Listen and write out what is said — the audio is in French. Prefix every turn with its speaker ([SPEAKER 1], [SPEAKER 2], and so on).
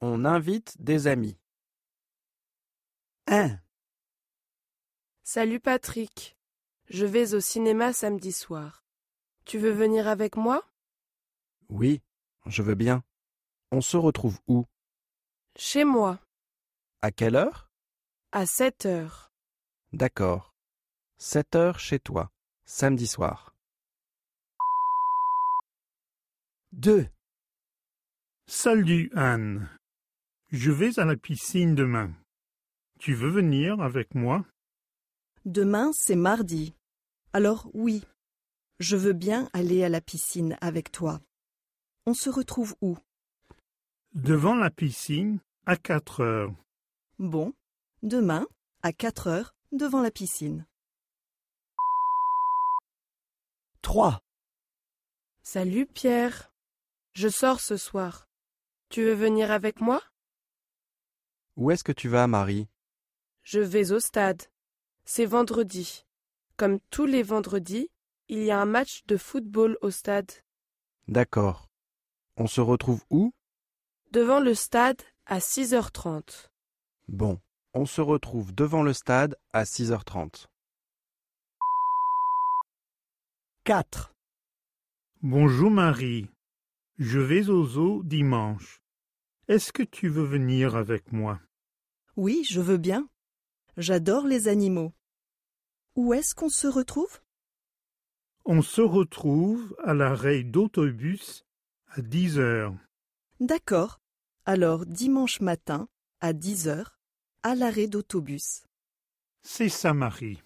[SPEAKER 1] On invite des amis. 1,
[SPEAKER 2] Salut Patrick. Je vais au cinéma samedi soir. Tu veux venir avec moi
[SPEAKER 1] Oui, je veux bien. On se retrouve où
[SPEAKER 2] Chez moi,
[SPEAKER 1] À quelle heure
[SPEAKER 2] à 7 heures.
[SPEAKER 1] D'accord. 7 heures chez toi, samedi soir. 2,
[SPEAKER 3] Salut Anne. Je vais à la piscine demain. Tu veux venir avec moi
[SPEAKER 4] Demain, c'est mardi. Alors oui, je veux bien aller à la piscine avec toi. On se retrouve où
[SPEAKER 3] devant la piscine à 4 heures.
[SPEAKER 4] Bon, demain, à 4 heures, devant la piscine.
[SPEAKER 1] 3,
[SPEAKER 2] Salut Pierre. Je sors ce soir. Tu veux venir avec moi
[SPEAKER 1] où est-ce que tu vas, Marie
[SPEAKER 2] Je vais au stade. C'est vendredi. Comme tous les vendredis, il y a un match de football au stade.
[SPEAKER 1] D'accord. On se retrouve où
[SPEAKER 2] Devant le stade à 6h30.
[SPEAKER 1] Bon, on se retrouve devant le stade à 6h30.
[SPEAKER 4] 4.
[SPEAKER 3] Bonjour Marie. Je vais au zoo dimanche. Est-ce que tu veux venir avec moi
[SPEAKER 4] Oui, je veux bien. J'adore les animaux. Où est-ce qu'on se retrouve
[SPEAKER 3] On se retrouve à l'arrêt d'autobus à 10 heures.
[SPEAKER 4] D'accord. Alors dimanche matin, à 10 heures, à l'arrêt d'autobus.
[SPEAKER 3] C'est ça Marie.